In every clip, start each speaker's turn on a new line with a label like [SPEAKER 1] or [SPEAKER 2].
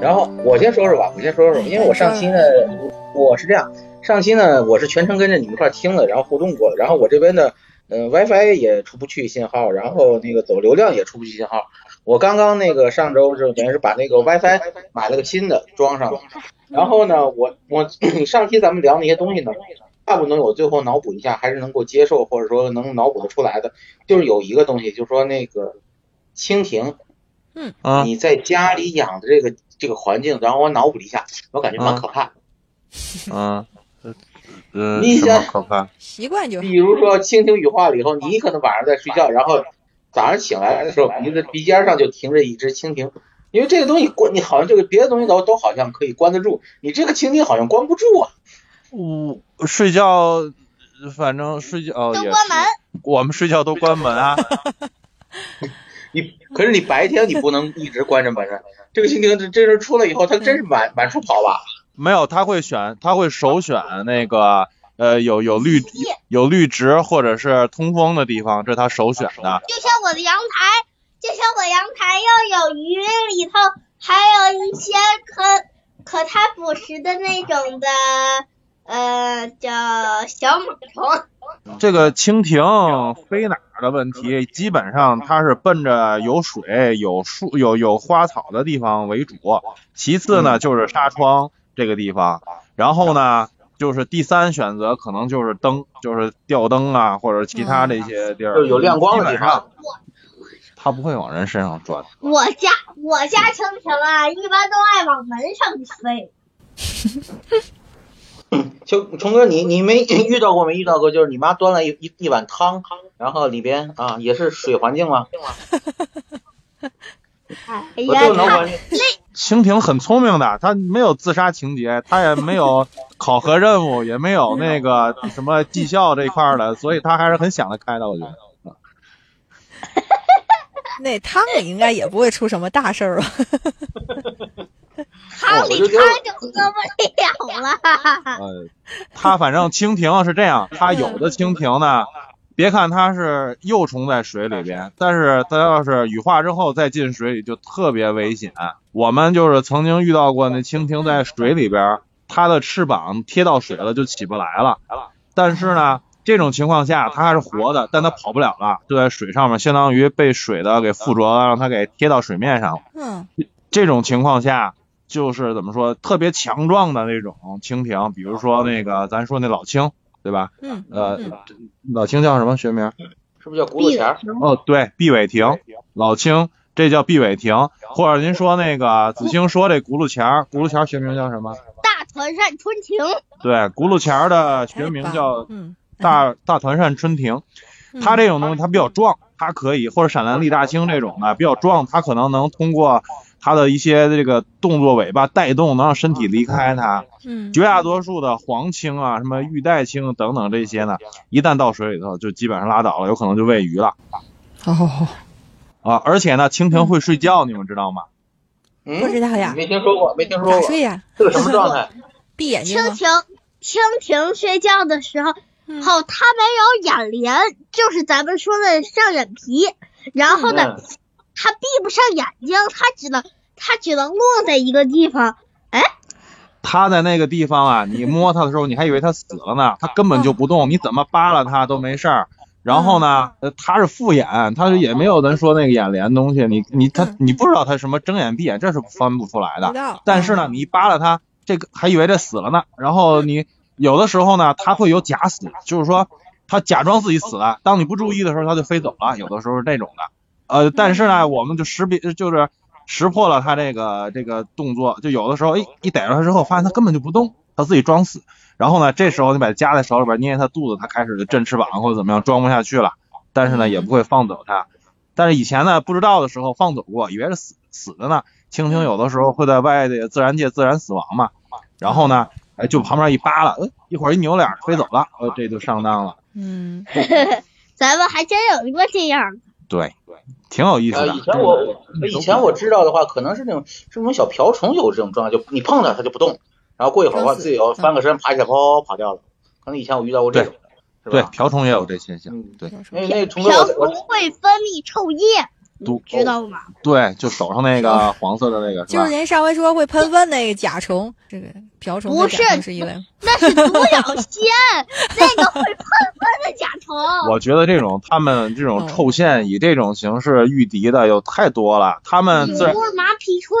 [SPEAKER 1] 然后我先说说吧，我先说说，因为我上期呢，我是这样，上期呢我是全程跟着你们一块儿听了，然后互动过了，然后我这边呢，嗯、WiFi 也出不去信号，然后那个走流量也出不去信号。我刚刚那个上周是等于是把那个 WiFi 买了个新的装上了，然后呢，我我 上期咱们聊那些东西呢，大部分东西我最后脑补一下还是能够接受，或者说能脑补得出来的，就是有一个东西，就是说那个蜻蜓，
[SPEAKER 2] 啊，
[SPEAKER 1] 你在家里养的这个这个环境，然后我脑补了一下，我感觉蛮可怕。
[SPEAKER 2] 啊，呃，
[SPEAKER 1] 你
[SPEAKER 2] 什
[SPEAKER 1] 想
[SPEAKER 2] 么可怕？
[SPEAKER 3] 习惯就好。
[SPEAKER 1] 比如说蜻蜓羽化了以后，你可能晚上在睡觉，然后早上醒来的时候，鼻子鼻尖上就停着一只蜻蜓，因为这个东西关，你好像这个别的东西都都好像可以关得住，你这个蜻蜓好像关不住啊。
[SPEAKER 2] 我睡觉，反正睡觉哦
[SPEAKER 4] 都
[SPEAKER 2] 也
[SPEAKER 4] 关门
[SPEAKER 2] 是，我们睡觉都关门 啊。
[SPEAKER 1] 你可是你白天你不能一直关着门啊。这个蜻蜓这这是出来以后，它真是满满处跑啊吧？
[SPEAKER 2] 没有，他会选，他会首选那个呃有有绿
[SPEAKER 4] 地
[SPEAKER 2] 有绿植或者是通风的地方，这是他首选的。
[SPEAKER 4] 就像我的阳台，就像我阳台要有鱼，里头还有一些可可它捕食的那种的，呃，叫小螨虫。
[SPEAKER 2] 这个蜻蜓飞哪儿的问题，基本上它是奔着有水、有树、有有花草的地方为主。其次
[SPEAKER 1] 嗯
[SPEAKER 2] 呢，就是纱窗这个地方。然后呢，就是第三选择可能就是灯，就是吊灯啊，或者其他这些地儿，
[SPEAKER 1] 嗯就是有亮光的
[SPEAKER 2] 基
[SPEAKER 1] 地
[SPEAKER 2] 本上
[SPEAKER 1] 方。
[SPEAKER 2] 它不会往人身上钻。
[SPEAKER 4] 我家我家蜻蜓啊，一般都爱往门上飞。
[SPEAKER 1] 就虫哥，你你没遇到过没遇到过？就是你妈端了一一一碗汤，然后里边啊也是水环境吗？
[SPEAKER 4] 哎
[SPEAKER 1] 我
[SPEAKER 4] 呀，
[SPEAKER 1] 就能
[SPEAKER 4] 它
[SPEAKER 1] 闻。
[SPEAKER 2] 蜻蜓很聪明的，它没有自杀情节，它也没有考核任务，也没有那个什么绩效这一块儿的，所以它还是很想得开的，我觉得。
[SPEAKER 3] 那汤里应该也不会出什么大事儿吧？
[SPEAKER 4] 汤里
[SPEAKER 1] 我就觉得
[SPEAKER 4] 它就喝不了了。
[SPEAKER 2] 呃，它反正蜻蜓是这样，它有的蜻蜓呢，别看它是幼虫在水里边，但是它要是羽化之后再进水里就特别危险。我们就是曾经遇到过那蜻蜓在水里边，它的翅膀贴到水了就起不来了。但是呢，这种情况下它还是活的，但它跑不了了，就在水上面，相当于被水的给附着了，让它给贴到水面上了。
[SPEAKER 3] 嗯，
[SPEAKER 2] 这种情况下，就是怎么说，特别强壮的那种蜻蜓，比如说那个咱说那老青，对吧？
[SPEAKER 3] 嗯，
[SPEAKER 2] 呃
[SPEAKER 3] 嗯，
[SPEAKER 2] 老青叫什么学名？
[SPEAKER 1] 是不是叫轱辘钱儿？
[SPEAKER 2] 哦，对，碧尾蜓，老青，这叫碧尾蜓，或者您说那个子清说这轱辘钱儿，轱辘钱儿学名叫什么？
[SPEAKER 4] 大团扇春情，
[SPEAKER 2] 对，轱辘钱儿的
[SPEAKER 3] 太
[SPEAKER 2] 学名
[SPEAKER 3] 哎棒
[SPEAKER 2] 叫
[SPEAKER 3] 了嗯，
[SPEAKER 2] 大大团扇春蜓，它这种东西它比较壮，它可以或者闪蓝利大青这种的比较壮，它可能能通过它的一些这个动作尾巴带动，能让身体离开它。
[SPEAKER 3] 嗯
[SPEAKER 2] 绝大多数的黄青啊，什么玉带青等等这些呢，一旦到水里头就基本上拉倒了，有可能就喂鱼了
[SPEAKER 3] 哦，
[SPEAKER 2] 啊。而且呢，蜻蜓会睡觉，你们知道吗？
[SPEAKER 1] 嗯
[SPEAKER 3] 不，知道呀，
[SPEAKER 1] 没听说过，没听说
[SPEAKER 3] 咋
[SPEAKER 1] 过。
[SPEAKER 3] 睡呀？
[SPEAKER 1] 是个什么状态？
[SPEAKER 3] 闭眼睛
[SPEAKER 4] 蜻
[SPEAKER 3] 吗？
[SPEAKER 4] 蜓蜻蜓睡觉的时候
[SPEAKER 3] 嗯
[SPEAKER 4] 后它没有眼帘，就是咱们说的上眼皮。然后
[SPEAKER 1] 嗯
[SPEAKER 2] 嗯
[SPEAKER 4] 呢，它闭不上眼睛，它只能它只能落在一个地方。
[SPEAKER 2] 它在那个地方啊，你摸它的时候，你还以为它死了呢，它根本就不动，你怎么扒拉它都没事儿。然后呢，呃，它是复眼，它是也没有咱说那个眼帘东西，你你它
[SPEAKER 3] 嗯
[SPEAKER 2] 你不知道它什么睁眼闭眼，这是分不出来
[SPEAKER 3] 不
[SPEAKER 2] 的
[SPEAKER 3] 知。道。
[SPEAKER 2] 但是呢，你一扒拉它，这个还以为这死了呢。然后你有的时候呢，它会有假死，就是说它假装自己死了，当你不注意的时候，它就飞走了。有的时候是这种的。呃，但是呢，我们就识别就是识破了它这个这个动作，就有的时候，哎，一逮着它之后，发现它根本就不动，它自己装死。然后呢，这时候你把它夹在手里边，捏它肚子，它开始就震翅膀或者怎么样，装不下去了。但是呢，也不会放走它。但是以前呢，不知道的时候放走过，以为是死死的呢，蜻
[SPEAKER 1] 嗯
[SPEAKER 2] 蜓有的时候会在外界自然界自然死亡嘛，然后呢，哎，就旁边一扒拉，呃一会儿一扭脸飞走
[SPEAKER 1] 啊
[SPEAKER 2] 了，呃，这就上当了。
[SPEAKER 3] 嗯，
[SPEAKER 4] 哎咱们还真有一个这样，
[SPEAKER 2] 对，挺有意思啊嗯
[SPEAKER 1] 呃，
[SPEAKER 2] 的
[SPEAKER 1] 以。前我我以前我知道的话，可能是那种是那种小瓢虫有这种状态，就你碰它它就不动，然后过一会儿的话
[SPEAKER 3] 撑死嗯
[SPEAKER 1] 自己要翻个身爬起来，跑跑跑跑掉了。可能以前我遇到过这种，是
[SPEAKER 2] 对，
[SPEAKER 1] 吧？
[SPEAKER 2] 瓢虫也有这现象。
[SPEAKER 1] 嗯，
[SPEAKER 2] 对
[SPEAKER 3] 有什
[SPEAKER 1] 那
[SPEAKER 4] 哎
[SPEAKER 3] 么
[SPEAKER 1] 那虫哥
[SPEAKER 4] 瓢
[SPEAKER 1] 我
[SPEAKER 4] 虫会分泌臭液，
[SPEAKER 2] 毒
[SPEAKER 4] 知道吗？
[SPEAKER 2] 对，就手上那个
[SPEAKER 1] 嗯
[SPEAKER 2] 黄色的那个是
[SPEAKER 3] 就
[SPEAKER 2] 吧
[SPEAKER 3] 是？您上回说会喷粪那个甲虫，这个瓢虫
[SPEAKER 4] 不
[SPEAKER 3] 跟
[SPEAKER 4] 是
[SPEAKER 3] 甲虫是一类吗。
[SPEAKER 4] 那是独角仙，那个会喷粪的甲虫。
[SPEAKER 2] 我觉得这种他们这种臭线以这种形式御敌的有太多了，他们
[SPEAKER 4] 比
[SPEAKER 2] 自然
[SPEAKER 4] 如马匹春，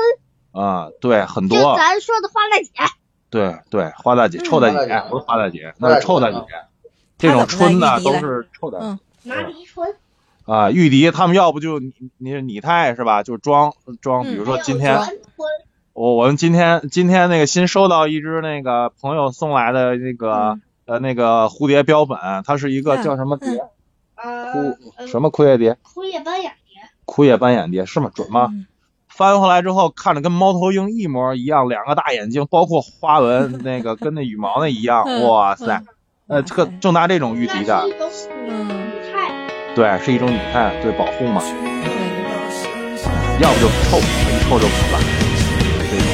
[SPEAKER 2] 啊、对很
[SPEAKER 4] 嗯就
[SPEAKER 2] 多，
[SPEAKER 4] 咱说的花大姐，
[SPEAKER 2] 对对，花大姐、臭大
[SPEAKER 1] 花
[SPEAKER 2] 姐
[SPEAKER 1] 大姐
[SPEAKER 2] 不是花大姐，那是臭大姐
[SPEAKER 1] 嗯花大。
[SPEAKER 2] 这种春
[SPEAKER 3] 她
[SPEAKER 2] 的
[SPEAKER 3] 怎
[SPEAKER 2] 都
[SPEAKER 3] 么来御敌的
[SPEAKER 2] 是臭的
[SPEAKER 3] 嗯
[SPEAKER 4] 马匹春，
[SPEAKER 2] 啊，御敌他们要不就你你你太是吧，就装装，比
[SPEAKER 3] 嗯
[SPEAKER 2] 如说今天
[SPEAKER 4] 还有元春
[SPEAKER 2] 我我们今天今天那个新收到一只那个朋友送来的那个
[SPEAKER 3] 嗯
[SPEAKER 2] 呃那个蝴蝶标本，它是一个
[SPEAKER 3] 嗯
[SPEAKER 2] 叫什么
[SPEAKER 3] 嗯
[SPEAKER 2] 蝶？
[SPEAKER 4] 呃
[SPEAKER 2] 枯什么枯叶蝶？
[SPEAKER 4] 枯叶斑眼蝶，
[SPEAKER 2] 枯叶斑眼蝶是吗？准吗？
[SPEAKER 3] 嗯
[SPEAKER 2] 翻回来之后，看着跟猫头鹰一模一样，两个大眼睛，包括花纹，那个跟那羽毛那一样，
[SPEAKER 3] 嗯
[SPEAKER 2] 哇塞！呃，
[SPEAKER 3] 哇
[SPEAKER 2] 这个
[SPEAKER 3] 塞
[SPEAKER 2] 正拿这种御敌
[SPEAKER 4] 那
[SPEAKER 2] 的
[SPEAKER 4] 是，一种
[SPEAKER 3] 嗯
[SPEAKER 4] 女菜，
[SPEAKER 2] 对，是一种拟态，对保护嘛，
[SPEAKER 3] 对
[SPEAKER 2] 要不就臭，一臭就跑了。这种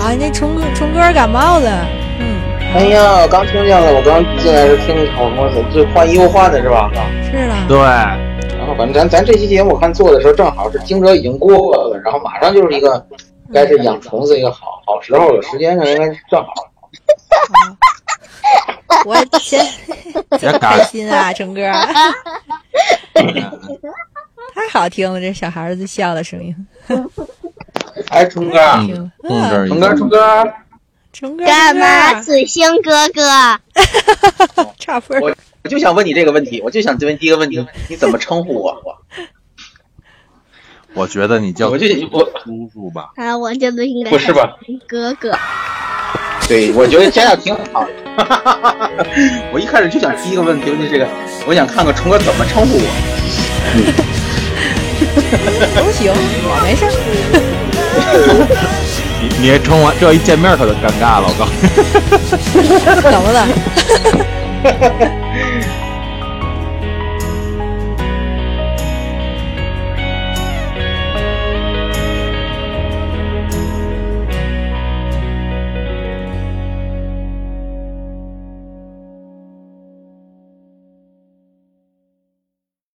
[SPEAKER 3] 啊，那虫哥虫哥感冒了，嗯，
[SPEAKER 1] 哎呀，刚听见了，我刚进来时听我们这换衣服换的是吧？
[SPEAKER 3] 是了，
[SPEAKER 2] 对，
[SPEAKER 1] 然后反正咱咱这期节目我看做的时候，正好是惊蛰已经过了，然后马上就是一个该是养虫子一个好好时候了，时间上应该是正好。
[SPEAKER 3] 我 先
[SPEAKER 2] 别
[SPEAKER 3] 开
[SPEAKER 2] 干，
[SPEAKER 3] 心啊，虫哥， 太好听了，这小孩子笑的声音，
[SPEAKER 1] 哎，虫哥，
[SPEAKER 3] 太好听了，
[SPEAKER 2] 控
[SPEAKER 3] 嗯，
[SPEAKER 2] 制
[SPEAKER 1] 虫哥，虫哥，
[SPEAKER 3] 虫哥
[SPEAKER 4] 干嘛？
[SPEAKER 3] 虫
[SPEAKER 4] 子星哥哥，
[SPEAKER 3] 哥差分
[SPEAKER 1] 我
[SPEAKER 3] 儿，
[SPEAKER 1] 我就想问你这个问题，我就想问第一个问题，你怎么称呼我？
[SPEAKER 2] 我觉得你叫
[SPEAKER 1] 我就我
[SPEAKER 2] 叔叔吧，
[SPEAKER 4] 啊，我真的应该
[SPEAKER 1] 不是吧？
[SPEAKER 4] 哥哥，
[SPEAKER 1] 对，我觉得这样挺好。 我一开始就想第一个问题就是这个，我想看看虫哥怎么称呼我。
[SPEAKER 3] 都行，我没事儿，
[SPEAKER 2] 你你称完这一见面可就尴尬了，我告诉你，
[SPEAKER 3] 怎么了？